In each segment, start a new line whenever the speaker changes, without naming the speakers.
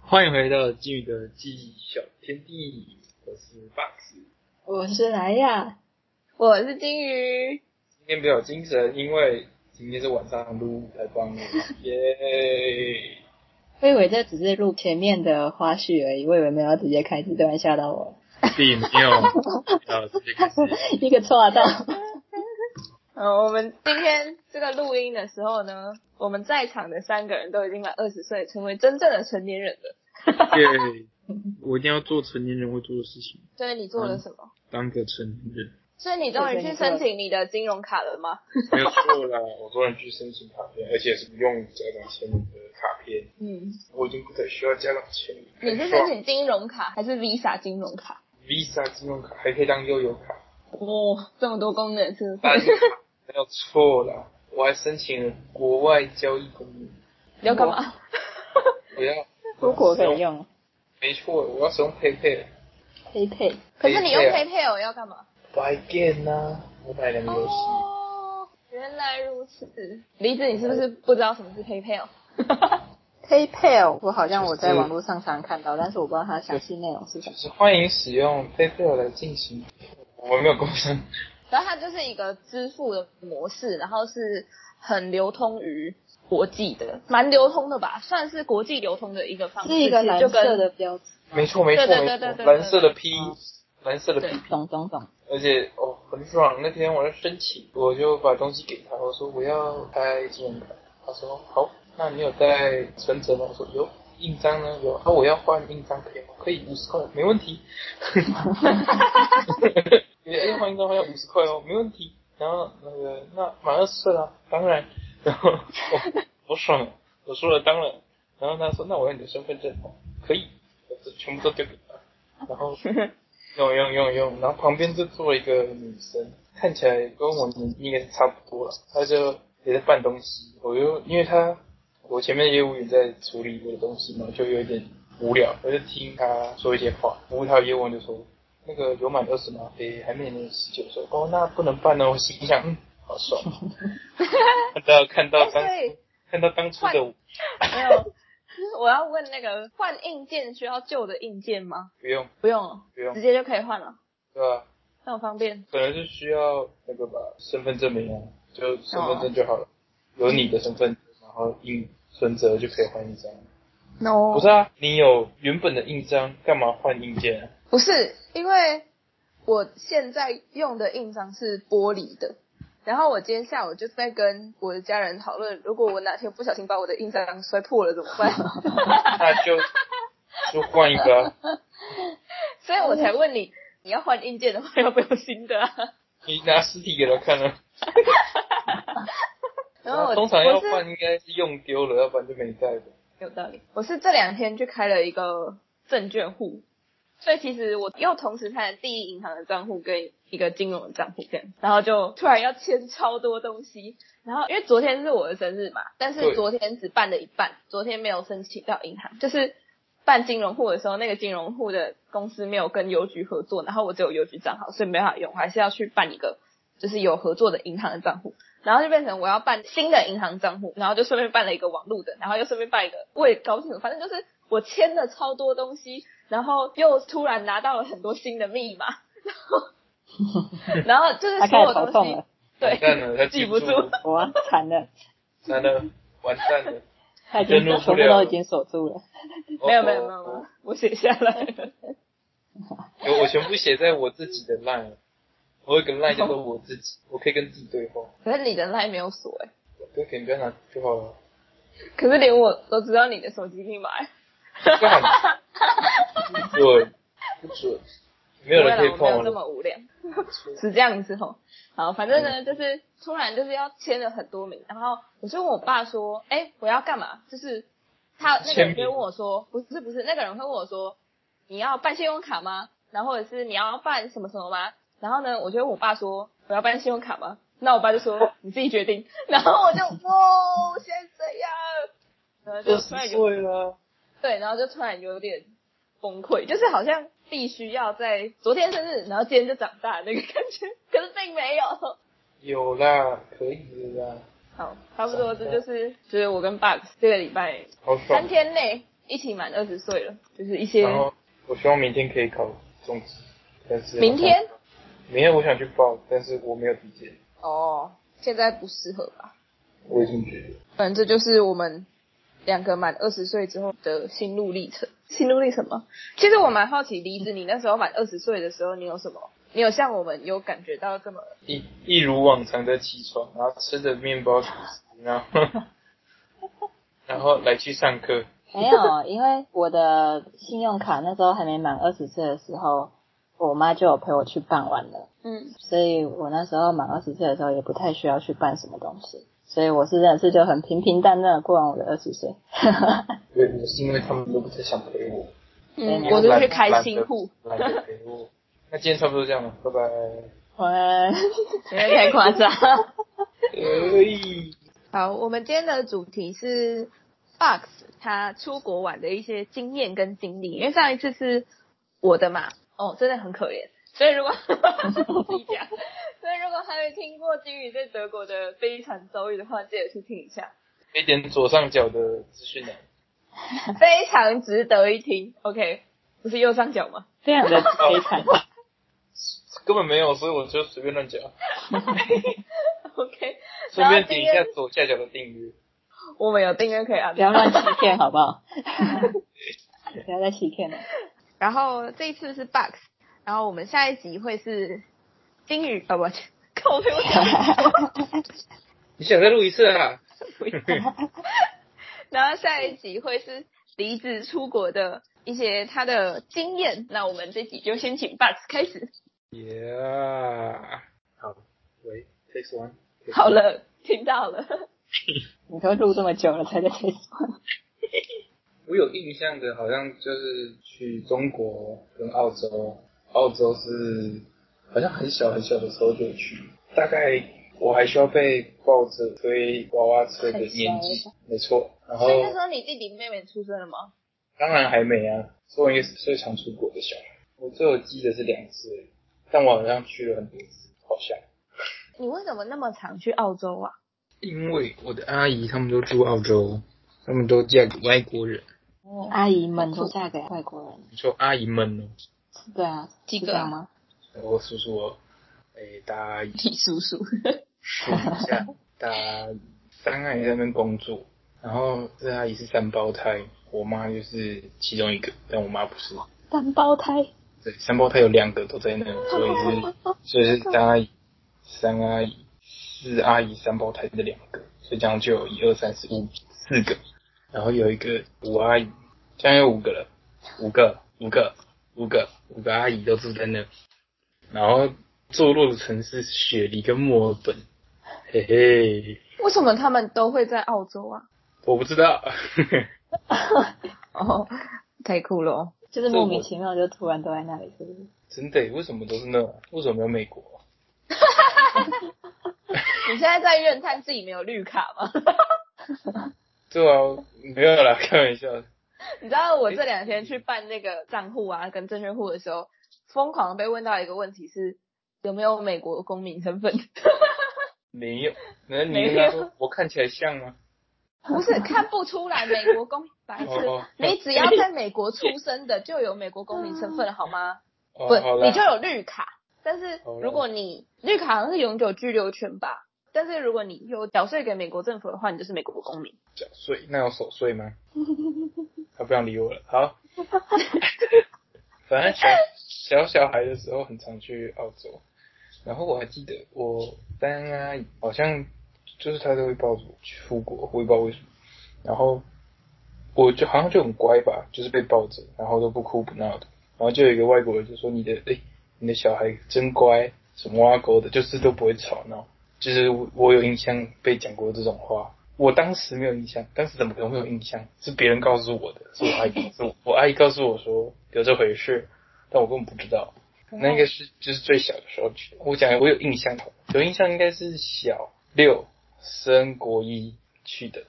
欢迎回到金宇的记忆小天地，我是 Box。
我是莱亚，我是金鱼。
今天比较有精神，因为今天是晚上录才帮你，耶！
我以为这只是录前面的花絮而已，我以为没有要直接开始，突然吓到我，
并没有，呃，直接开始。
一个错 到。
嗯，我们今天这个录音的时候呢，我们在场的三个人都已经满二十岁，成为真正的成年人了。
耶！我一定要做成年人会做的事情，
所以你做了什么？
当个成年人。
所以你终于去申请你的金融卡了吗？
没有错啦，我昨天去申请卡片，而且是不用家长签名的卡片，
嗯，
我已经不再需要家长签名。
你是申请金融卡还是 Visa 金融卡？
Visa 信用卡，还可以当悠游卡。
哦，这么多功能是不
但
是？
是没有错啦，我还申请了国外交易公民，
你要干 嘛？
我要
出国可以，用
没错，我要使用 PayPay，
黑配，
可是你用
PayPay
PayPal 要干嘛？
白 game 呐，我买两个游戏，
哦，原来如此。梨子，你是不是不知道什么是 PayPal？
PayPal，我好像我在网络上常看到，但是我不知道它详细内容是什
就
么。
是欢迎使用 PayPal 来进行，我没有工商，
然后它就是一个支付的模式，然后是很流通于国际的，蛮流通的吧，算是国际流通的一个方式，
是一个
就
蓝
跟
色的标志，
没错没错
对对
没错
对对对，对
蓝色的 P，
嗯
蓝色的 P，
对
懂懂懂。
而且哦很爽，那天我在申请，我就把东西给他，我说我要开信用卡，他说好，那你有带存折吗？我说有。印章呢？有啊，我要换印章可以吗？可以，五十块，没问题。也要换印章要五十块哦，没问题。然后那个那满二十岁了，当然。然后我我爽了，我说了当然。然后他说那我要你的身份证哦，可以，我这全部都丢给他。然 后用用用用，然后旁边就坐了一个女生，看起来跟我年应该是差不多了，她就也在办东西。我就因为她我前面业务员在处理我的东西嘛，就有一点无聊，我就听她说一些话。服务台业务员就说：“那个有满二十吗？诶、还没呢，十九岁。”哦，那不能办哦。我心想，嗯，好爽。 看到看到
哎
当
所以
看到当初的我，
没有。 我要问那个换硬件需要旧的硬件吗？
不用
不用了，
不用
直，接就可以换了，
对吧、
那么方便。
可能是需要那个吧，身份证明啊，就身份证就好
哦
了，有你的身份，然后印存折就可以换一张。
No，
不是啊，你有原本的印章，干嘛换印件、 啊？
不是，因为我现在用的印章是玻璃的，然后我今天下午就在跟我的家人讨论，如果我哪天不小心把我的印章摔破了怎么办？
那就就换一个、啊。
所以我才问你，你要换硬件的话，要不要新的、啊？
你拿实体给他看啊。
然后我
通常要
我是
换应该是用丢了，要不然就没带的。
有道理。我是这两天去开了一个证券户，所以其实我又同时开了第一银行的账户跟一个金融的账户这样，然后就突然要签超多东西。然后因为昨天是我的生日嘛，但
对
是昨天只办了一半，昨天没有申请到银行，就是。办金融户的时候，那个金融户的公司没有跟邮局合作，然后我只有邮局账号，所以没办法用，我还是要去办一个就是有合作的银行的账户。然后就变成我要办新的银行账户，然后就顺便办了一个网络的，然后又顺便办一个，我也搞不清楚，反正就是我签了超多东西，然后又突然拿到了很多新的密码， 然后然后就是
他
所
开
有
始头
东
痛
西
了，
完蛋
对，
了，他
记
不
不住，
我惨了，
完蛋了，完蛋了。
他已经
登录
全
不
部
了
都已经锁住了。
没有没
哦
有没有没有，我写下来了，
有我全部写在我自己的 line，了我有一个 line 叫做我自己，我可以跟自己对话。
可是你的 line 没有锁哎、
不要给人家拿就好了。
可是连我都知道你的手机密码、欸，
干，不准，不准，没有人可以
不会啦
碰
我没有这
我。
么无聊。是这样之后，好，反正呢，就是突然就是要签了很多名，然后我就问我爸说，哎、我要干嘛？就是他那个
签
人
名
就会问我说，不是不是，那个人会问我说，你要办信用卡吗？然后或者是你要办什么什么吗？然后呢，我就问我爸说，我要办信用卡吗？那我爸就说你自己决定， 然后我就哇，现在这样，然后就突然有
岁了，
对，然后就突然有点崩溃，就是好像必须要在昨天生日，然后今天就长大的那个感觉，可是并没有。
有啦，可以的啦，
好，差不多这就是就是我跟 Bugs 这个礼拜
好
三
爽，
天内一起满二十岁了，就是一些
然后我希望明天可以考中职，但是好像
明天
明天我想去报，但是我没有体检，
哦，现在不适合吧？
我已经觉得
反正这就是我们两个满二十岁之后的心路历程。心路历程吗？其实我蛮好奇，梨子，你那时候满二十岁的时候，你有什么？你有像我们有感觉到这么
一一如往常的起床，然后吃着面包，然 后然后来去上课，
没有，因为我的信用卡那时候还没满二十岁的时候，我妈就有陪我去办完了，
嗯
所以我那时候满二十岁的时候也不太需要去办什么东西，所以我是真的是就很平平淡淡的过完我的二十 岁。
对，我是因为他们都不太想陪我，
嗯，
嗯
我就
懒
去
得
开新户，
懒得陪我。 那今天差不多这样了，拜拜。
晚安。
有点太 夸张。
哎
好，我们今天的主题是 Box 他出国玩的一些经验跟经历，因为上一次是我的嘛，哦，真的很可怜。所以如果 我自己讲，所以如果还没听过金宇在德国的悲惨遭遇的话，记得去听一下，
一点左上角的资讯啊栏，
非常值得一听。OK，不是右上角吗？
非常的悲惨。
根本没有，所以我就随便 乱讲，
OK，
顺
然后
便
今
点一下
天
左下角的订阅。
我们有订阅可以啊安
不
排
要。乱欺骗，好不 好？不要再欺骗 了。
然后这一次是 Box，然后我们下一集会是金宇，哦不， 看我没有讲
你想再录一次啊？
然后下一集会是离子出国的一些他的经验。那我们这集就先请 Bugs 开始。
Yeah，好，喂，Take one。
好，了，听到了。
你都录这么久了才在这里说，
我有印象的，好像就是去中国跟澳洲，澳洲是好像很小很小的时候就去，大概我还需要被抱着推娃娃车的年纪，没错。然后
所以那时候你弟弟妹妹出生了吗？
当然还没啊，作为一个最常出国的小孩，我最有记得是两次而已，但我好像去了很多次，好像。
你为什么那么常去澳洲啊？
因为我的阿姨他们都住澳洲，他们都嫁给外国人，
哦，
阿姨们都嫁给外国人，
你说阿姨们哦，
对啊，
几
是
个啊
这样吗？
我数数哦，诶，大家
你叔叔。
数一 下，大家三阿姨在那边工作，然后这阿姨是三胞胎，我妈就是其中一个，但我妈不是，
单胞胎，
对，三胞胎有两个都在那，所以是 所以是大阿姨、三阿姨、四阿姨、三胞胎的两个，所以这样就有一二三四五四个，然后有一个五阿姨，这样有五个了，五个五个五个五个阿姨都住在那，然后坐落的城市是雪梨跟墨尔本，嘿嘿，
为什么他们都会在澳洲啊？
我不知道，
啊
哦，太酷了哦。
就是莫名其妙就突然都在那里，是不是？
真的耶为什么都是那？为什么没有美国？
你现在在怨叹自己没有绿卡吗？
对啊，没有啦，开玩笑的。
你知道我这两天去办那个账户啊，跟证券户的时候，疯狂地被问到一个问题是有没有美国公民身份？
没有，那你
没有
跟他说我看起来像吗？
不是看不出来美国公民，白痴
哦哦！
你只要在美国出生的就有美国公民身份了， 好吗？
哦，
不
好，啦
你就有绿卡。但是
好啦
如果你绿卡好像是永久居留权吧，但是如果你有缴税给美国政府的话，你就是美国公民。
缴税，那要守岁吗？他不想理我了。好，反正小小小孩的时候很常去澳洲，然后我还记得我三阿姨好像就是她都会抱着我去出国，我也不知道为什么。然后我就好像就很乖吧，就是被抱着，然后都不哭不闹的。然后就有一个外国人就说：“你的哎、你的小孩真乖，什么挖沟的，就是都不会吵闹。”就是我我有印象被讲过这种话，我当时没有印象，当时怎么可能会有印象？是别人告诉我的，是我阿姨，是我我阿姨告诉我说有这回事，但我根本不知道。那个是就是最小的时候去的，我讲我有印象，有印象应该是小六升国一去的，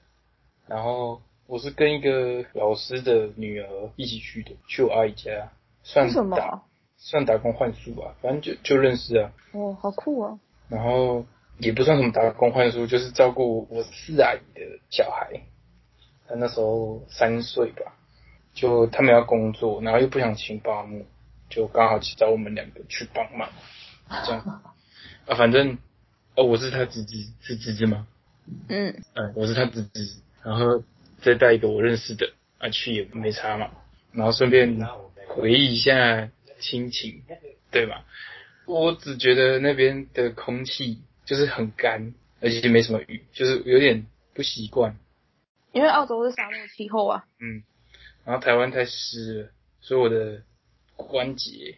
然后我是跟一个老师的女儿一起去的，去我阿姨家，算
为什么
打算打工换宿吧，反正就就认识啊，
哦，好酷哦！
然后也不算什么打工换宿，就是照顾我四阿姨的小孩，她那时候三岁吧，就他们要工作，然后又不想请保姆，就刚好找我们两个去帮忙，这样啊，反正呃我是他侄子，是侄子吗？
嗯，
嗯，我是他侄子，然后再带一个我认识的啊去也没差嘛，然后顺便回忆一下心情，对吧？我只觉得那边的空气就是很干，而且没什么雨，就是有点不习惯。
因为澳洲是沙漠气候啊，
嗯，然后台湾太湿了，所以我的关节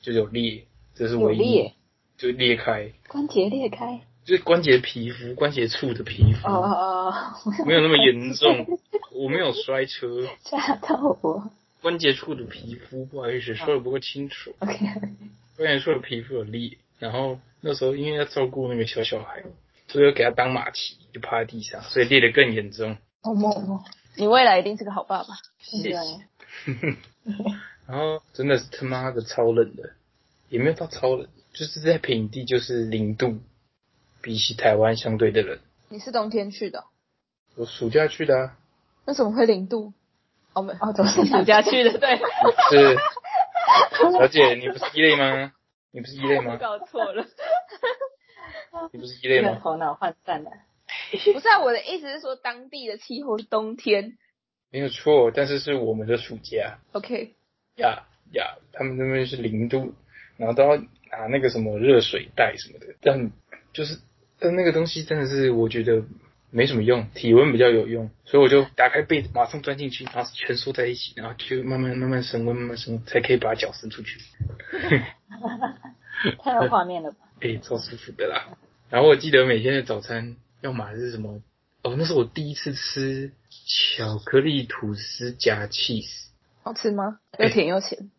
就有裂，这是
有
唯一
裂，
就裂开，
关节裂开。
就是关节皮肤、关节处的皮肤
哦哦哦，
没有那么严重，我没有摔车，
吓到我。
关节处的皮肤，不好意思说的不够清楚，
OK，
关节处的皮肤有裂，然后那时候因为要照顾那个小小孩，所以要给他当马骑，就趴在地上，所以裂得更严重。
好梦哦！你未来一定是个好爸爸。
谢谢
对
然后真的是他妈的超冷的，也没有到超冷，就是在平地就是零度，比起台湾相对的冷。
你是冬天去的哦、
我暑假去的、啊，
那怎么会零度？哦，没，嗯
哦，都是
暑 假去的， 对，
不是小姐，你不是一类吗？你不是一类
我
吗？
搞错 了。
你不是一类
的
吗？
头脑涣散了。
不是啊，我的意思是说，当地的气候是冬天。
没有错，但是是我们的暑假
OK，
呀呀，他们那边是零度，然后都要拿那个什么热水袋什么的，但就是但那个东西真的是我觉得没什么用，体温比较有用，所以我就打开被子马上钻进去，然后蜷缩在一起，然后就慢慢慢慢升温，慢慢升温，才可以把脚伸出去，
太有画面了吧？
哎、超舒服的啦。然后我记得每天的早餐要买的是什么？哦，那是我第一次吃巧克力吐司加 cheese，
好吃吗？又甜又 咸。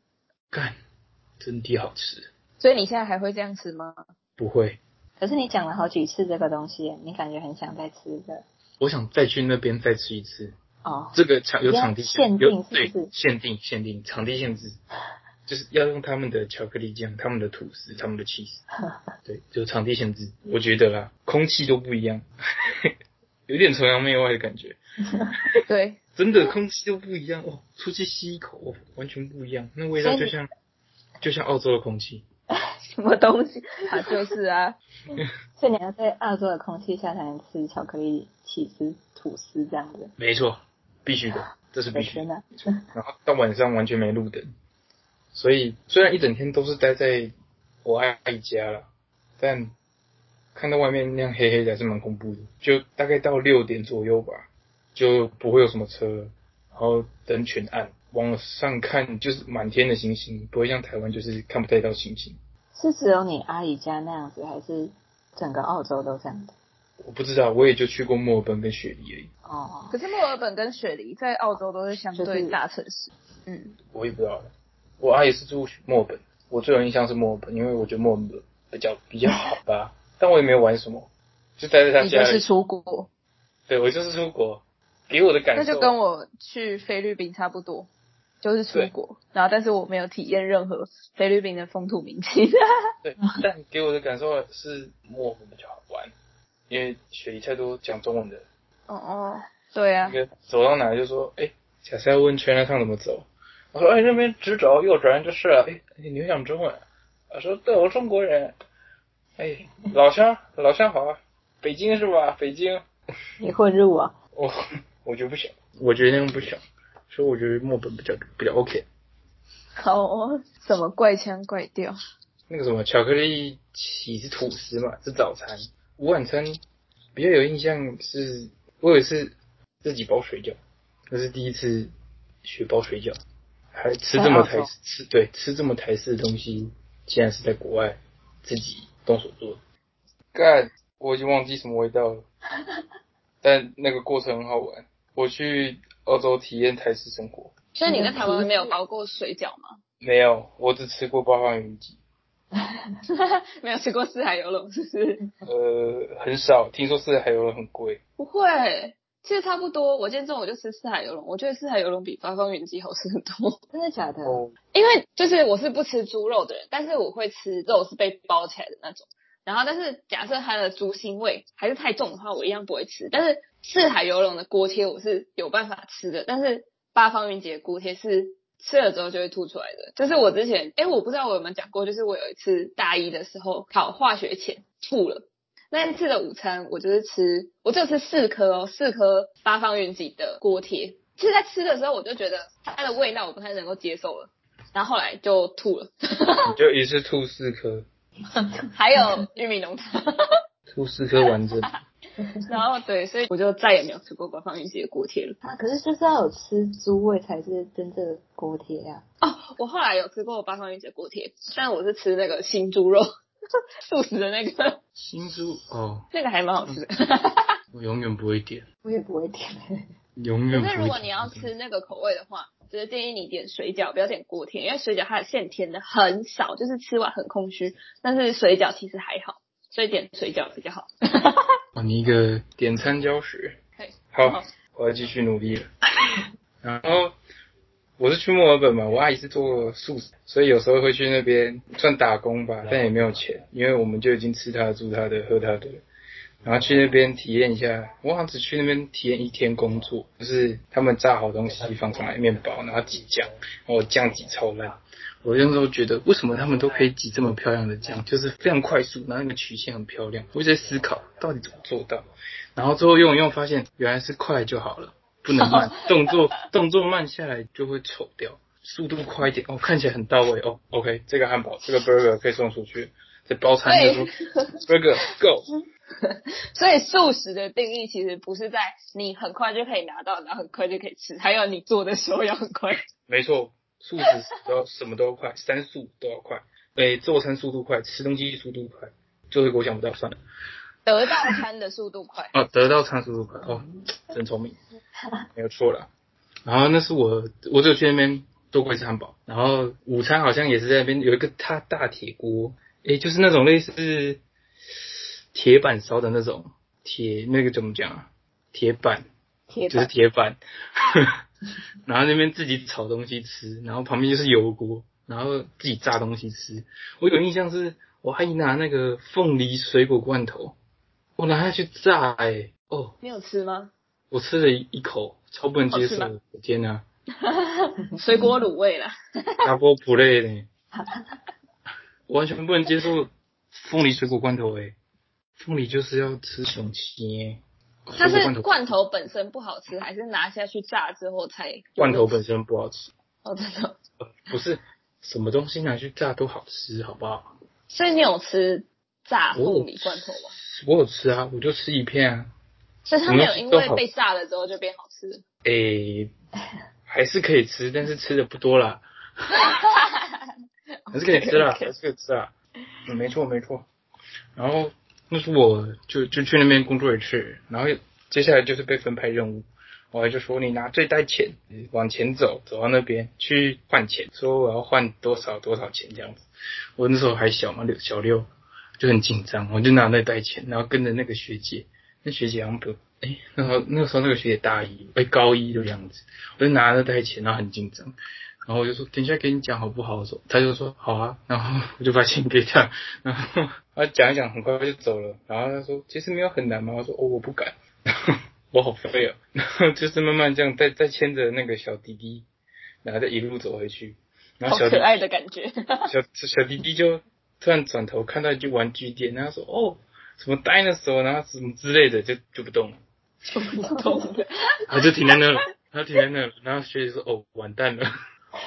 干，真的好吃。
所以你现在还会这样吃 吗？
不会，
可是你讲了好几次这个东西，你感觉很想再吃的
我想再去那边再吃一次。
哦。
这个场有
你要
场地
限定
有
是不
对
是
限定限定场地限制，就是要用他们的巧克力酱、他们的吐司、他们的 cheese，对，就场地限制。我觉得啦，空气都不一样， 有点崇洋媚外的感觉。
对，
真的空气都不一样哦，出去吸一口哦，完全不一样，那味道
所以
就
你
像就像澳洲的空气。
什么东西啊？就是啊，
所以你要在澳洲的空气下才能吃巧克力起司、吐司这样子。
没错，必须的，这是
我
必须的
天。哪！
然后到晚上完全没路灯，所以虽然一整天都是待在我阿姨家了，但看到外面那样黑黑的还是蛮恐怖的。就大概到六点左右吧，就不会有什么车了，然后灯全暗，往上看就是满天的星星，不会像台湾就是看不太到星星。
是只有你阿姨家那样子，还是整个澳洲都这样子？
我不知道，我也就去过墨尔本跟雪梨而已，
哦，
可是墨尔本跟雪梨在澳洲都是相
就是
对大城市。嗯，
我也不知道。我阿姨是住墨尔本，我最有印象是墨尔本，因为我觉得墨尔本比较比较好 吧，但我也没有玩什么，就待在她
你
家
就
里。
是出国，
对我就是出国，给我的感受，
那就跟我去菲律宾差不多，就是出国。然后，但是我没有体验任何菲律宾的风土民情。
对，但给我的感受是墨尔本比较好玩，因为雪梨太多讲中文的，
哦哦， 对啊
那，个走到哪就说，哎，假设要问 China Town 怎么走，我说，哎，那边直走右转就是了，哎，你会讲中文啊？我说，对，我中国人，哎，老乡，老乡好啊，北京是吧？北京，
你混入啊？
我哦 我就不想，我觉得那样不想，所以我觉得墨尔本比较比较 OK。
好哦，什么怪腔怪调？
那个什么巧克力起司吐司嘛，是早餐。午晚餐比较有印象是，我有一次自己包水饺，那是第一次学包水饺，还吃这么台
在澳洲
式吃对吃这么台式的东西，竟然是在国外自己动手做的。干，我已经忘记什么味道了，但那个过程很好玩。我去澳洲体验台式生活，
所以你在台湾
嗯
没有包过水饺 吗？
没有，我只吃过八方云集。
没有吃过四海游龙，是不是？
呃，很少，听说是还有人很贵。
不会，其实差不多。我今天中午就吃四海游龙，我觉得四海游龙比八方云集好吃很多。
真的假的？
哦，
因为就是我是不吃猪肉的人，但是我会吃肉是被包起来的那种。然后，但是假设它的猪腥味还是太重的话，我一样不会吃。但是四海游龙的锅贴我是有办法吃的，但是八方云集的固贴是吃了之后就会吐出来的。这是我之前，哎，我不知道我有没有讲过，就是我有一次大一的时候考化学前吐了。那一次的午餐，我就是吃，我就吃四颗哦，四颗八方云集的锅贴。其实，在吃的时候，我就觉得它的味道我不太能够接受了，然后后来就吐了。
你就一次吐四颗，
还有玉米浓汤，
吐四颗完 整。
然后对，所以我就再也没有吃过八方云集的锅贴了。
啊，可是就是要有吃猪味才是真正的锅贴啊。
哦，我后来有吃过八方云集的锅贴，但我是吃那个新猪肉， 素食的那个，
新猪哦，
那个还蛮好吃的。
我永远不会点，
我也不会点，
永远
可
不会
是
点。
如果你要吃那个口味的话，就是建议你点水饺，不要点锅贴，因为水饺它的馅甜的很少，就是吃完很空虚。但是水饺其实还好，所以点水饺比较好。
哦，你一个点餐教学。
嘿
好，我要继续努力了。然后我是去墨尔本嘛，我阿姨是做素食，所以有时候会去那边算打工吧，但也没有钱，因为我们就已经吃她的、住她的、喝她的了，然后去那边体验一下。我好像只去那边体验一天工作，就是他们炸好东西放上来，面包，然后挤酱，然后我酱挤超烂。我那时候觉得，为什么他们都可以挤这么漂亮的酱，就是非常快速，然后那个曲线很漂亮。我一直在思考，到底怎么做到。然后最后用一用，发现原来是快就好了，不能慢，动作动作慢下来就会丑掉，速度快一点哦，看起来很到位哦。OK，这个汉堡，这个 burger 可以送出去，这包餐就说 burger go，
所以素食的定义其实不是在你很快就可以拿到，然后很快就可以吃，还有你做的时候要很快。
没错，素食都什么都快，三速都要快，诶，做餐速度快，吃东西速度快，最后一个我想不到，算了。
得到餐的速度快，
哦，得到仓鼠入口哦，真聪明，没有错啦。然后那是我，我只有去那边做过一次汉堡，然后午餐好像也是在那边有一个大大铁锅，诶，就是那种类似铁板烧的那种铁，那个怎么讲啊？铁板
铁
就是
板
铁板， 然后那边自己炒东西吃，然后旁边就是油锅，然后自己炸东西吃。我有印象是，我还拿那个凤梨水果罐头，我拿下去炸、欸，哦，
你有吃吗？
我吃了一口，超不能接受
好吃
的，我天哪、
水果卤味啦，
double play 呢， 完全不能接受凤梨水果罐头、欸，凤梨就是要吃雄心、欸，
它
水果
是罐头本身不好吃，还是拿下去炸之后才？
罐头本身不好吃，
哦，真的哦。
不是什么东西拿去炸都好吃，好不好？
所以你有吃炸
哦
凤梨罐头吗？
我有吃啊，我就吃一片啊。
所以它没有因为被炸了之后就变好吃。
诶、还是可以吃，但是吃的不多啦，还是可以吃啦，还
OK，OK
是可以吃啦。嗯，没错没错。然后那是我就就去那边工作一次，然后接下来就是被分派任务。我还就说你拿这袋钱往前走，走到那边去换钱，说我要换多少多少钱这样子。我那时候还小嘛，六小六就很紧张，我就拿那袋钱，然后跟着那个学姐，那学姐好像不，哎、那时候那时候那个学姐大一，哎、高一的样子，我就拿那袋钱，然后很紧张，然后我就说等一下给你讲好不好？我说他就说好啊，然后我就把钱给他，然后他讲一讲，很快就走了，然后他说其实没有很难嘛，我说哦我不敢，然后我好废哦，然后就是慢慢这样再再牵着那个小弟弟，然后再一路走回去，然
好
后小弟
可爱的 感觉，
小小弟弟就突然转头看到一句玩具店，然后说哦什么 dinosaur，然后什么之类的，就就不动了，
就不懂了。
他就停在那了，他停在那了，然后学姐说哦完蛋了，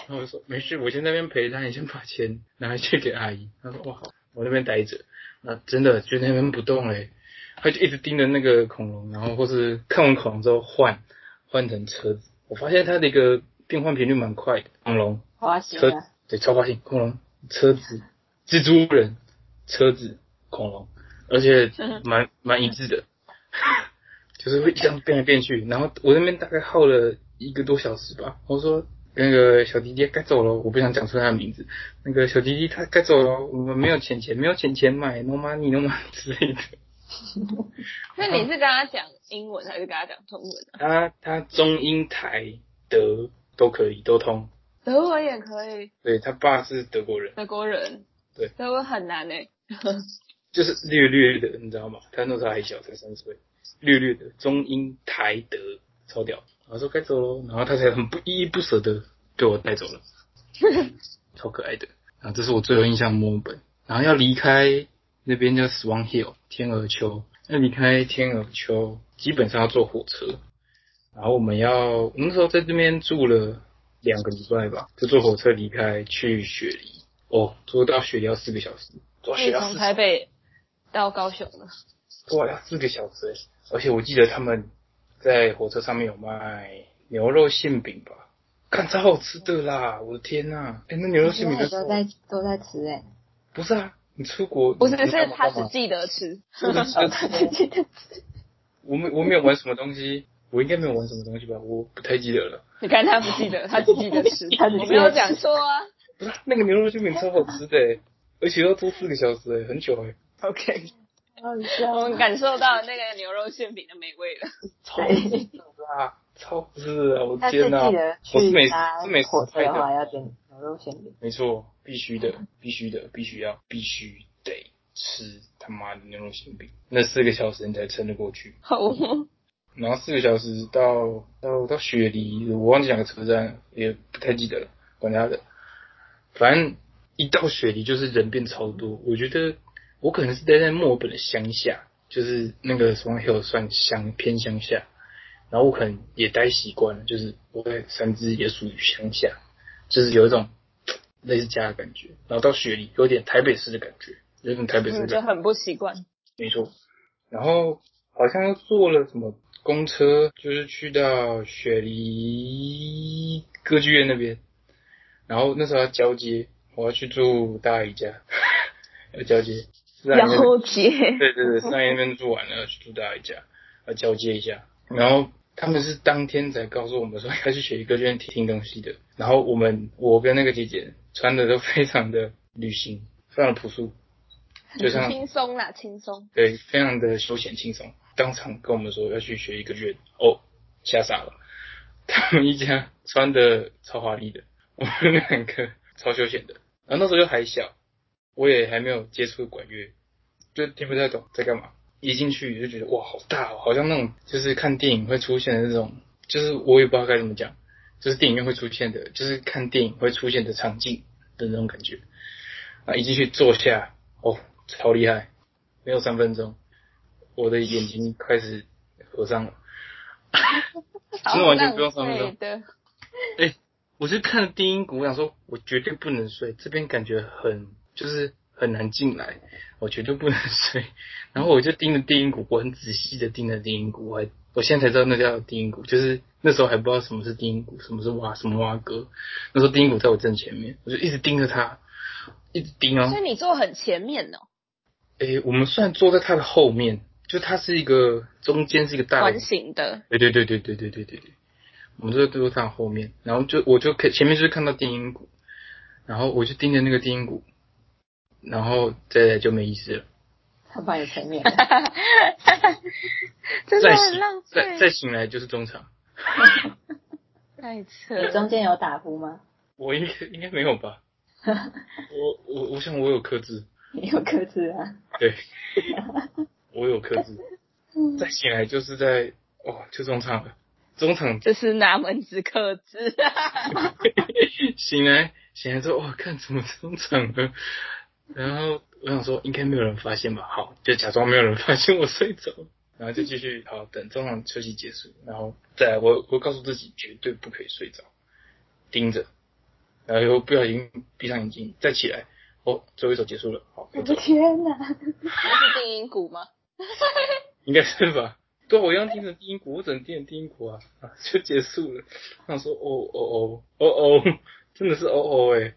然后我说没事，我先在那边陪他，你先把钱拿去给阿姨。他说哦好，我那边待着，那真的就在那边不动嘞、他就一直盯着那个恐龙，然后或是看完恐龙之后换换成车子，我发现他的一个变换频率蛮快的，恐龙
花心
车
啊，
对超发性恐龙、车子、蜘蛛人、车子、恐龙，而且蛮蛮一致的， 就是会这样变来变去。然后我那边大概耗了一个多小时吧，我说那个小弟弟该走了，我不想讲出他的名字。那个小弟弟他该走了，我们没有钱钱，没有钱钱买 no money no money 之类的。
那你是跟他讲英文还是跟他讲中文啊？
他他中英台德都可以都通，
德文也可以，
对他爸是德国人，
德国人
对
德文很难欸诶、
就是略略的，你知道吗？他那时候还小，才三岁，略略的中英台德超屌。我说该走喽，然后他才很不依依不舍的被我带走 了，超可爱的。啊，这是我最有印象的墨尔本。然后要离开那边叫 Swan Hill 天鹅丘，要离开天鹅丘，基本上要坐火车。然后我们要，我们那时候在这边住了两个礼拜吧，就坐火车离开去雪梨。哦，坐到雪梨要四个小时，坐到
可
雪
以
梨要四
从
个
台北到高雄了。
对呀，四个小时，而且我记得他们在火车上面有卖牛肉馅饼吧，看超好吃的啦！我的天呐、哎、那牛肉 馅饼
现
在
在都在都在吃哎、
不是啊？你出国
不是，
你
是
干嘛
他
干
只
嘛
记得吃。
我只记得吃
自己的
我没我没有玩什么东西，我应该没有玩什么东西吧？我不太记得了。
你看他不记得，他只记得吃，
他只记得吃
我没有讲错啊。
不是啊、那个牛肉馅饼超好吃的、欸而且要坐四个小时、哎，很久哎、
OK，
好
我们
笑，
感受到那个牛肉馅饼的美味了。
超好吃的啦，超好吃的啊！我的
但是
天
记
呐、
得
我是
去
美
搭
是美食
啊火车
派
的
的
话要点牛肉馅 饼，
没错，必须的，必须的，必须要，必须得吃他妈的牛肉馅饼。那四个小时你才撑得过去，
好哦，
然后四个小时到到到雪梨，我忘记哪个车站了，也不太记得了，管他的。反正一到雪梨就是人变超多，我觉得我可能是待在墨尔本的乡下，就是那个 Swan Hill 算乡偏乡下，然后我可能也待习惯了，就是我在三芝也属于乡下，就是有一种类似家的感觉，然后到雪梨有点台北市的感觉，有点台北市的
嗯，
感觉
就。很不习惯。
没错。然后好像又坐了什么公车，就是去到雪梨歌剧院那边，然后那时候要交接，我要去住大姨家， 要交接。是啊你那边
解，
对对对，上一边住完了，去住大一家，要交接一下。然后他们是当天才告诉我们说要去雪梨歌剧院听东西的。然后我们，我跟那个姐姐穿的都非常的旅行，非常的朴素，就像
轻松啦，轻松。
对，非常的休闲轻松。当场跟我们说要去学一个月，哦，吓傻了。他们一家穿的超华丽的，我们两个超休闲的。然后那时候又还小，我也还没有接触管乐，就听不太懂在干嘛。一进去就觉得哇，好大哦，好像那种就是看电影会出现的那种，就是我也不知道该怎么讲，就是电影院会出现的，就是看电影会出现的场景的那种感觉。啊，一进去坐下，哦，超厉害，没有三分钟，我的眼睛开始合上了。真的完全不用上
好
那
浪
种
费的，
我是看了低音鼓，我想说，我绝对不能睡，这边感觉很就是很难进来，我绝对不能睡。然后我就盯着低音鼓，我很仔细的盯着低音鼓，我还我现在才知道那叫低音鼓，就是那时候还不知道什么是低音鼓，什么是蛙什么蛙哥。那时候低音鼓在我正前面，我就一直盯着它，一直盯哦
所。以你坐很前面哦，
诶、我们虽然坐在它的后面，就它是一个中间是一个大的
环形的。
对对对对对对对对对，我们就坐在后面，然后就我就可前面就是看到电音鼓，然后我就盯着那个电音鼓，然后再来就没意思了，
他把你前面，
真的
再
很
醒
浪
再再
费，
醒来就是中场，
太
你
扯了。
中间有打呼吗？
我应该应该没有吧？我我我想我有克制，
你有克制啊？
对，我有克制，再醒来就是在哦就中场了，中场
这是哪门子克制？
醒来，醒来之后，哇，看怎么中场了。然后我想说，应该没有人发现吧？好，就假装没有人发现我睡着了，然后就继续好等中场休息结束，然后再来我我告诉自己绝对不可以睡着，盯着，然后又不小心闭上眼睛，再起来，哦，最后一首结束了，好，可
我
以走了，
的天哪！
那是定音鼓吗？
应该是吧？对，我一样盯着低音鼓，我只能盯着低音鼓啊，啊，就结束了。我想说，哦哦哦哦哦，真的是哦哦哎、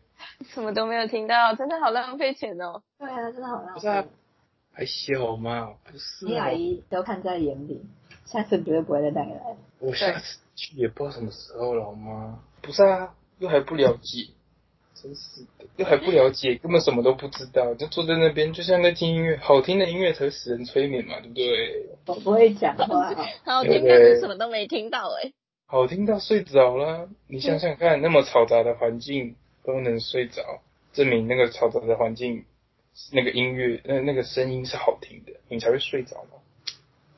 什么都没有听到，真的好浪费钱哦。
对啊，真的好浪
不是啊
费。
还小嘛，不是、
你
啊
阿。姨都看在眼里，下次绝对不会再带你来了。
我下次去也不知道什么时候了，好吗？不是啊，又还不了解，真是的，又还不了解，根本什么都不知道，就坐在那边，就像在听音乐，好听的音乐才会使人催眠嘛，对不对？
我不会讲话，
哎
然后
对
今
不
天
对
是什么都没听到哎、
好听到睡着啦，你想想看，那么嘈杂的环境都能睡着，证明那个嘈杂的环境，那个音乐，那那个声音是好听的，你才会睡着嘛，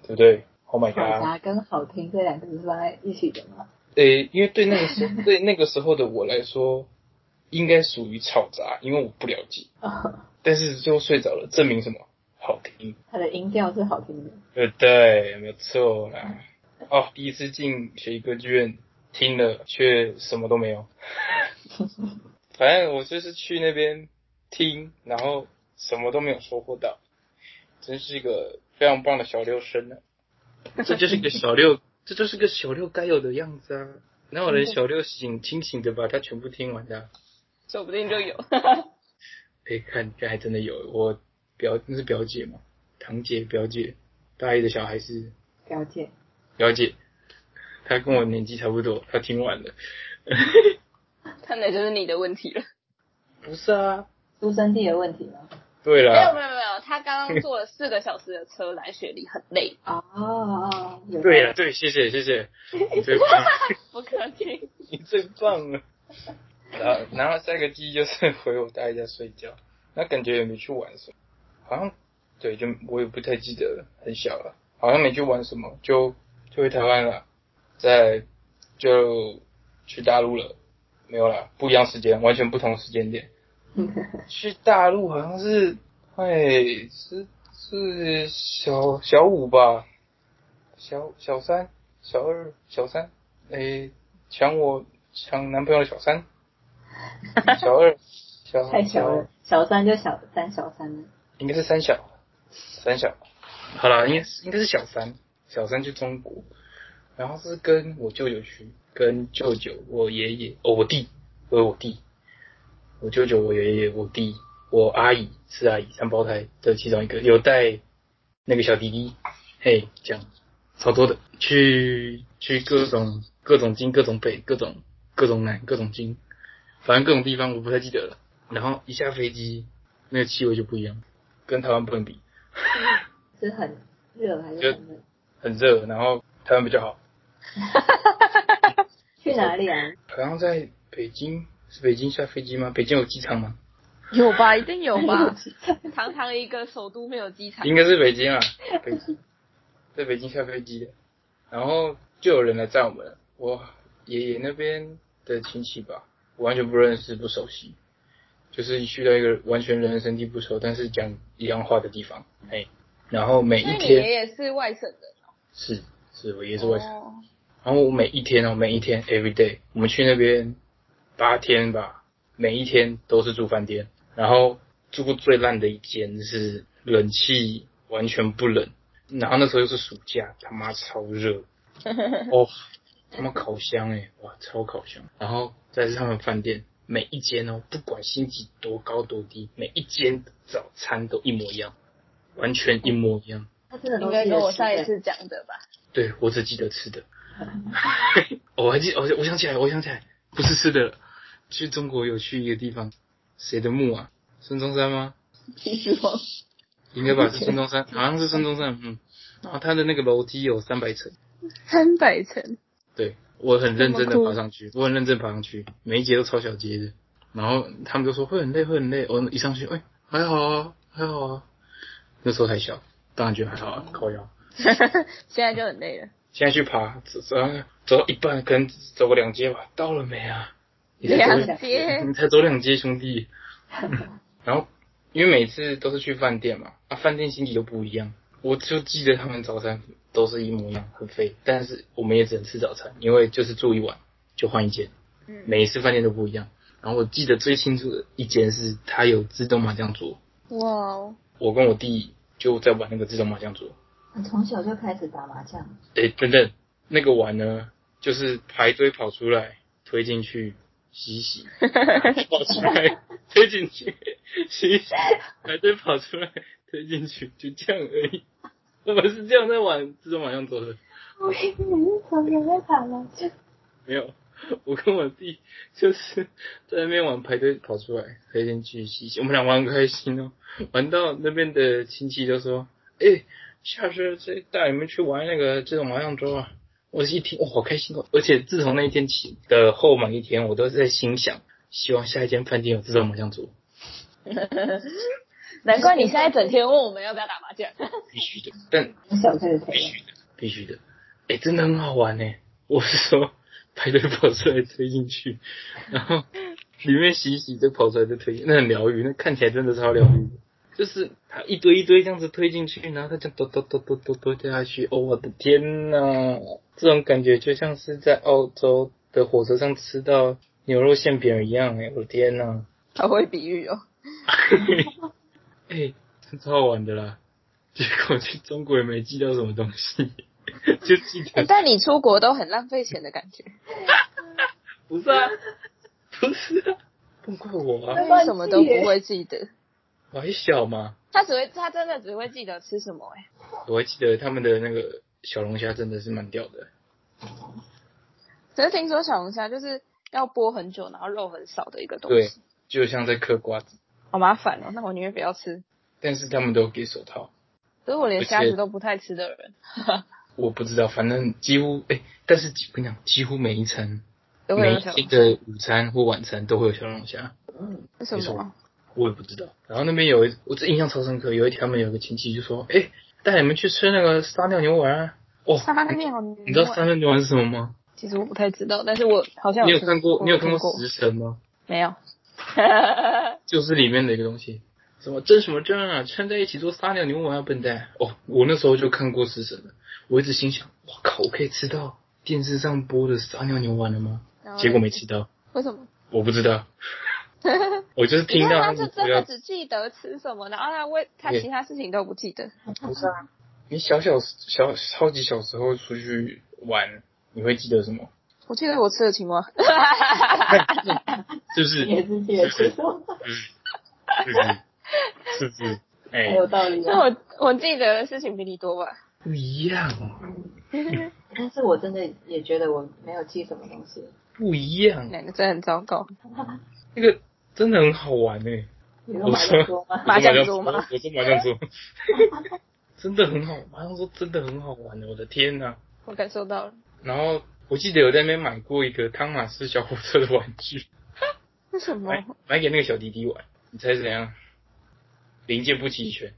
对不对？ Oh my
嘈
god！
杂跟好听这两个字放在一起的 吗？
诶，呃因为对那个时对那个时候的我来说，应该属于吵杂，因为我不了解。
哦，
但是最后睡着了，证明什么？好听，
它的音调是好听的。
对不呃对？没错啦。哦，第一次进学艺歌剧院，听了却什么都没有。 反正我就是去那边听，然后什么都没有收获到，真是一个非常棒的小六生啊呢、这就是一个小六，这就是个小六该有的样子啊！哪有人小六醒清醒的把它全部听完的、啊？
说不定就有。
哎，看这还真的有我表那是表姐嘛，堂姐表姐，大一的小孩是
了解，
表姐，她跟我年纪差不多，她听 完了。
看来就是你的问题了。
不是啊，
出生地的问题吗？
对啊
没有
啦，
没有没有，他刚刚坐了四个小时的车来雪梨，很累，
哦，有
对了，对，谢谢谢谢，你最棒，
不客气。
你最棒了。然后然后下一个记忆就是回我大姨家睡觉，那感觉也没去玩什么，好像对，就我也不太记得了，很小了，好像没去玩什么，就就回台湾了，再就去大陆了，没有啦，不一样时间，完全不同时间点。去大陆好像是，哎，是是小小五吧，小小三、小二、小三，哎，抢我抢男朋友的小 三，小二，小
太小了，小三就小三，小三了。
应该是三小，三小，好啦，应该是应该是小三，小三去中国，然后是跟我舅舅去，跟舅舅、我爷爷、哦我弟，我有我弟，我舅舅、我爷爷、我弟、我阿姨是阿姨三胞胎的其中一个，有带那个小弟弟，嘿，这样超多的，去去各种各种京、各种北、各种各种南、各种京，反正各种地方我不太记得了。然后一下飞机，那个气味就不一样。跟台湾不能比，
是很热还是很冷？
很热，然后台湾比较好，
去哪里啊？
好像在北京，是北京下飞机吗？北京有机场吗？
有吧，一定有吧。 堂堂一个首都没有机场
应，该是北京啊，北京，在北京下飞机的，然后就有人来载我们了，我爷爷那边的亲戚吧，我完全不认识，不熟悉，就是去到一个完全人生地不熟，但是讲一样话的地方，哎，然后每
所
一
以你
天
爷爷是外省人，
是是我爷爷是外省人。
哦
然后我每一天哦，每一天 every day，我们去那边八天吧，每一天都是住饭店，然后住过最烂的一间是冷气完全不冷，然后那时候又是暑假，他妈超热，哦，他妈烤箱哎、哇，超烤箱，然后再是他们饭店。每一间哦，不管星级多高多低，每一间的早餐都一模一样，完全一模一样。
他真的都
应
是
该跟我
有吃的
上一次讲的吧。
对，我只记得吃 的。哦我还记，我我想起来，我想起来，不是吃的了。去中国有去一个地方，谁的墓啊？孙中山吗？
其实我
应该 吧，是孙中山，好像是孙中山。嗯，然后他的那个楼梯有三百层，
三百层，
对我很认真
这
的
么酷
爬上去，我很认真地爬上去，每一节都超小节的。然后他们就说会很累，会很累。我一上去，哎，还好啊，还好啊。那时候还小，当然觉得还好啊，靠腰。
现在就很累了。
现在去爬，走走走到一半，可能走个两阶吧，到了没啊？你才走
两阶
你才走两阶，兄 弟。然后因为每次都是去饭店嘛，啊，饭店星级都不一样，我就记得他们早餐都是一模一样，很肥，但是我们也只能吃早餐，因为就是住一晚就换一间，
嗯，
每一次饭店都不一样。然后我记得最清楚的一间是它有自动麻将桌，
哇哦，
我跟我弟就在玩那个自动麻将桌，
你从小就开始打麻将，
哎，等等，那个碗呢，就是排队跑出来，推进去洗洗，跑出来推进去洗洗，排队跑出来推进去，就这样而已。 我们是这样在玩自动麻将桌的，
我以为你从小在打麻将。
没有。 我跟我弟就是在那边玩排队跑出来推进去洗洗，我们俩玩得很开心哦，玩到那边的亲戚就说：“哎、下次再带你们去玩那个这种麻将桌啊！”我一听，哇、好开心哦！而且自从那一天起的后每一天，我都在心想，希望下一间饭店有这种麻将桌，
难怪你现在整天问我们要不要打麻将。
必须的，但
从小开始培
必
养，
须的，必须的。哎、真的很好玩呢、我是说， 排队跑出来推进去， 然后里面洗一洗，再跑出来再推进，那很疗愈，那看起来真的超疗愈的。就是它一堆一堆这样子推进去，然后它这样抖抖抖抖抖抖掉下去。哦，我的天呐，这种感觉就像是在澳洲的火车上吃到牛肉馅饼一样、哎，我的天呐！
好会比喻哦。
哎、超好玩的啦！结果去中国也没寄到什么东西， 就寄
哎
的
但你出国都很浪费钱的感觉，
不是啊，不是啊，不怪我啊，
为什么都不会记得？
我还小嘛，
他只会，他真的只会记得吃什么、欸。哎，
我还记得他们的那个小龙虾真的是蛮屌的，
可是听说小龙虾就是要剥很久，然后肉很少的一个东
对
西，，
就像在嗑瓜子，
好麻烦哦。那我宁愿不要吃，
但是他们都有给手套，
可是我连
而且
虾子都不太吃的人，
我不知道，反正几乎哎、但是我跟你讲，几乎每一餐
都会
每一
有小
天的午餐或晚餐都会有小龙虾，
为什
没错
么啊？
我也不知道。然后那边有一，我这印象超深刻，有一天他们有个亲戚就说：“哎、带你们去吃那个撒尿牛丸啊！”哦，
撒尿牛
你知道撒
丸，
尿牛丸是什么吗？
其实我不太知道，但是我好像
你有
听
看过？你有看
过
过《食神》吗？
没有？
就是里面的一个东西，什么争什么争啊，掺在一起做撒尿牛丸啊，笨蛋！哦，我那时候就看过《食神》了，我一直心想：我靠，我可以吃到电视上播的撒尿牛丸了吗？
然后
结果没吃到，
为什么？
我不知 道，我就是听到
你看他
们
是
说
真
要
的只记得吃什么，然后他为他
对
其他事情都不记得。
不是啊，你小小小超级小时候出去玩，你会记得什么？
我记得我吃了青蛙，
是不是？
也是解释 说，
是不是？是不是？
很
哎、
有道理
所以
啊。
我 我记得的事情比你多吧？
不一样哦，
但是我真的也觉得我没有记什么东西，
不一样，
两个真的很糟糕。
那个真的很好玩哎、
你说麻将桌吗？
麻将桌吗
我说麻将桌， 真的很好，麻将桌真的很好玩的，我的天呐、
我感受到了，
然后我记得有在那边买过一个汤马士小火车的玩具，
为什么？
买买给那个小弟弟玩，你猜是怎样？零件不齐 全，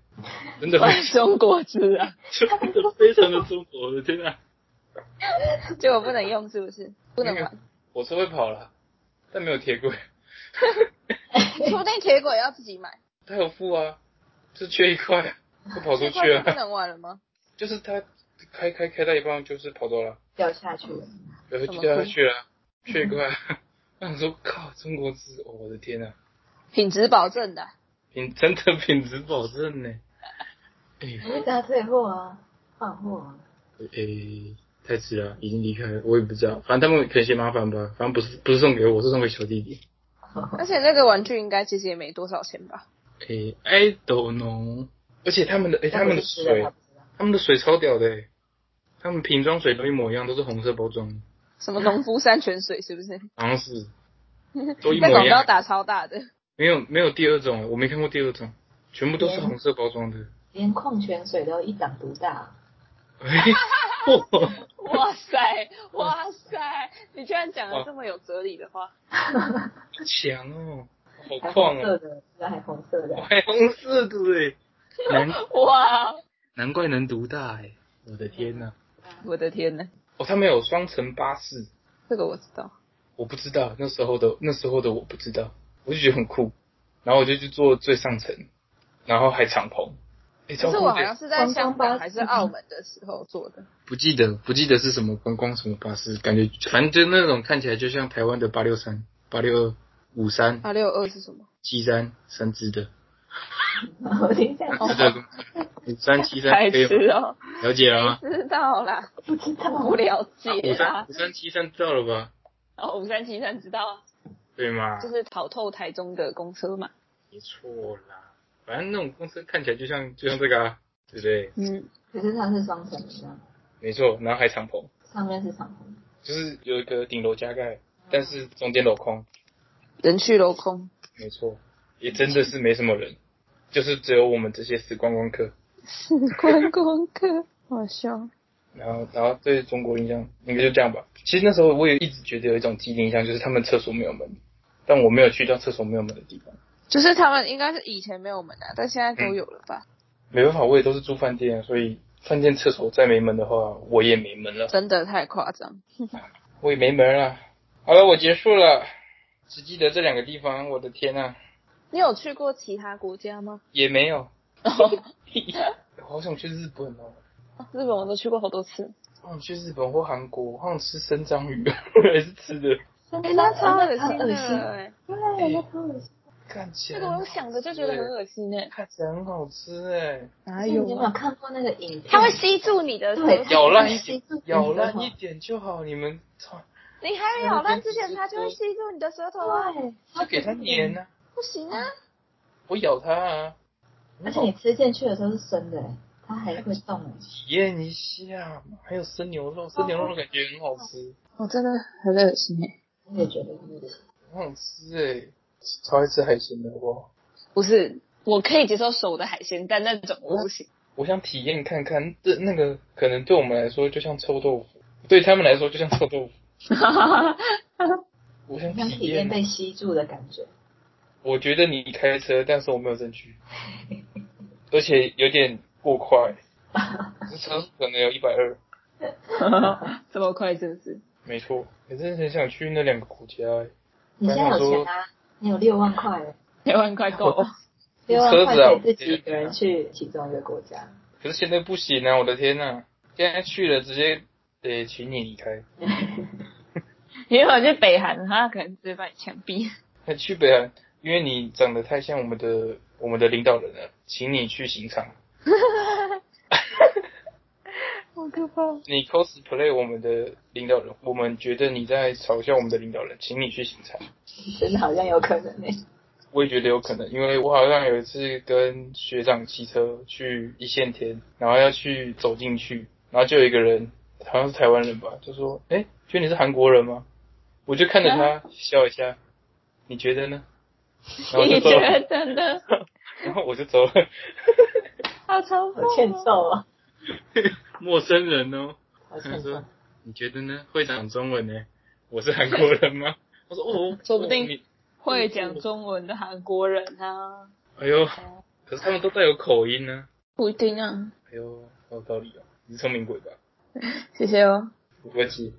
真的很
关中国字啊，
真的非常的中国，我的天啊！
结果不能用是不是？不能玩，
火车会跑了，但没有铁轨，
说不定铁轨要自己买，
它有付啊，就缺一块，就跑出
铁
去
轨不
啊，
能玩了吗？
就是它开开开到一半就是跑走了，
掉下去了。
然后就掉下去了，缺一块。 我想说，靠，中国字，哦我的天啊，
品质保证的啊，
品真的品质保证呢、哎
你大退货啊，换货啊。
哎，太迟了，已经离开了，我也不知道，反正他们可能嫌麻烦吧，反正不是不是送给我，是送给小弟弟。
而且那个玩具应该其实也没多少钱吧？
哎，I don't know，而且他们的哎他们的
吃了，
水
他不知道。
他们的水超屌的、欸，他们瓶装水都一模一样，都是红色包装的，
什么农夫山泉水是不是？
好像 是都一
那
模一
广告
样，
打超大 的，
没有没有第二种欸，我没看过第二种，全部都是红色包装的。
连矿泉水都一党独 大，
嘿哇
哇塞哇塞！你居然讲了这么有哲理的话，
好强哦，好
还
矿
红色
哦，
的，是啊还红色的，
还红色的哎、难
哇！
难怪能独大哎、我的天呐、
我的天呐，
哦，他们有双层巴士，
这个我知道，
我不知道那时候的那时候的我不知道，我就觉得很酷，然后我就去坐最上层，然后还敞篷，哎、
可
超
是
酷
我
的
好像是在香港还是澳门的时候做的。
不记得，不记得是什么观光什么巴士，感觉反正就那种看起来就像台湾的八六三、八六二、五三、
八六二是什 么？
七三三只的，
我听一下，
哦
三只的公车，五三七三
白
可以吗
痴哦、
了解了吗？
知道 啦，
不知道，
不了
五
解
三
啦
五。三七三知道了吧？
哦，五三七三知道啊，
对吗
就？是逃透台中的公车嘛。
没错啦，反正那种公车看起来就像就像这个啊，对不对？
嗯，
可是它是双层的，
没错，然后还敞篷，
上面是敞篷，
就是有一个顶楼加盖，但是中间镂空，
人去楼空，
没错，也真的是没什么人，就是只有我们这些死观光客。
是 观光客，好笑。
然后，然后对中国印象应该就这样吧。其实那时候我也一直觉得有一种既定印象，就是他们厕所没有门，但我没有去到厕所没有门的地方。
就是他们应该是以前没有门啊，但现在都有了吧？
没办法，我也都是住饭店，所以饭店厕所再没门的话，我也没门了，
真的太夸张。
我也没门了。好了，我结束了，只记得这两个地方。我的天呐、
你有去过其他国家吗？
也没有。
哦
好想去日本哦！
啊日本我都去过好多次。
好想去日本或韩国，我好想吃生章鱼， 还是吃的。
真
哎、
的
那超恶
很
心
恶
的、
心，
欸，
对，那超恶心。
看起
这
来
个我想着就觉得很恶心哎、
欸看起来很好吃哎，
哪
你有没有看过那个影片？
它会吸住你的
对
舌头，
咬烂一点
嗯，
咬烂一点就好。你们操，
你还没咬烂之前，它就会吸住你的舌头啊！
对，
就给它粘啊！
不行啊，
我咬它啊！
而且你吃进去的时候是生的，它还会动。
体验一下嘛，还有生牛肉，生
嗯
牛肉感觉很好吃，
我哦真的很恶心哎、
我也觉得
很好吃哎，超爱吃海鲜的我，
不是，我可以接受熟的海鲜，但那种我不 行。
我想体验看看，这那个可能对我们来说就像臭豆腐，对他们来说就像臭豆腐，我想
像
体
体验
验。
被吸住的感觉。
我觉得你开车，但是我没有证 据，而且有点过快，这车速可能有一百二，
这么快是不是？
没错。我真的很想去那两个国家欸，
你现在有钱啊，你有六万块了，
六万块够？
六万块
啊
可以自己一个人去其中一个国家。
可是现在不行啊！我的天呐、现在去了直接得请你离开。
你如果去北韩，他可能直接把你枪毙。
那去北韩，因为你长得太像我们的我们的领导人了，请你去刑场，
好可怕！
你 cosplay 我们的领导人，我们觉得你在嘲笑我们的领导人，请你去刑场。
真的好像有可能欸诶、
我也觉得有可能，因为我好像有一次跟学长骑车去一线天，然后要去走进去，然后就有一个人，好像是台湾人吧，就说：“哎、觉得你是韩国人吗？”我就看着他笑一下，你觉得呢？然后我就
你
走了，
觉得呢？
然后我就走了。
他超
好欠揍啊！
陌生人哦，
好
他
欠揍
说：“你觉得呢？会讲中文呢？我是韩国人吗？”我说：“哦，
说不定
哦你
会讲中文的韩国人啊，
哎呦，可是他们都带有口音呢、
不一定啊。
哎呦，好有道理哦，你是聪明鬼吧？
谢谢哦。
不客气。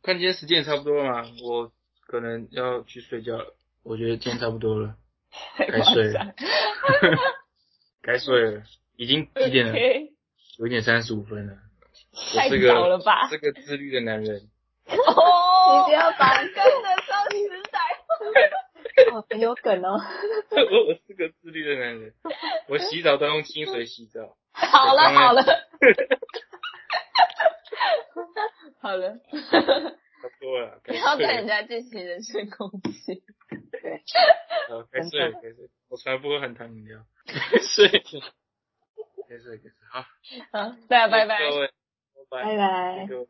看今天时间也差不多了嘛，我可能要去睡觉了。我觉得今天差不多了，该 睡了，该睡了。已经几 点了？
OK，
九点三十五分了。
太
我是
早了
个
吧？
是个自律的男人。
哦
你不要把
跟得上时代。
哦，很有梗哦。
我我是个自律的男人。我洗澡都用清水洗澡。
好了好了， 好了，
差不多了，
不
该
要对
睡
人
了。
家进行人身攻击。
对，
好该睡了，该睡了。我从来不喝含糖饮料。该 睡了，该睡了，该睡了。好，
好，大家拜拜。
各位，拜拜
拜。拜。
各位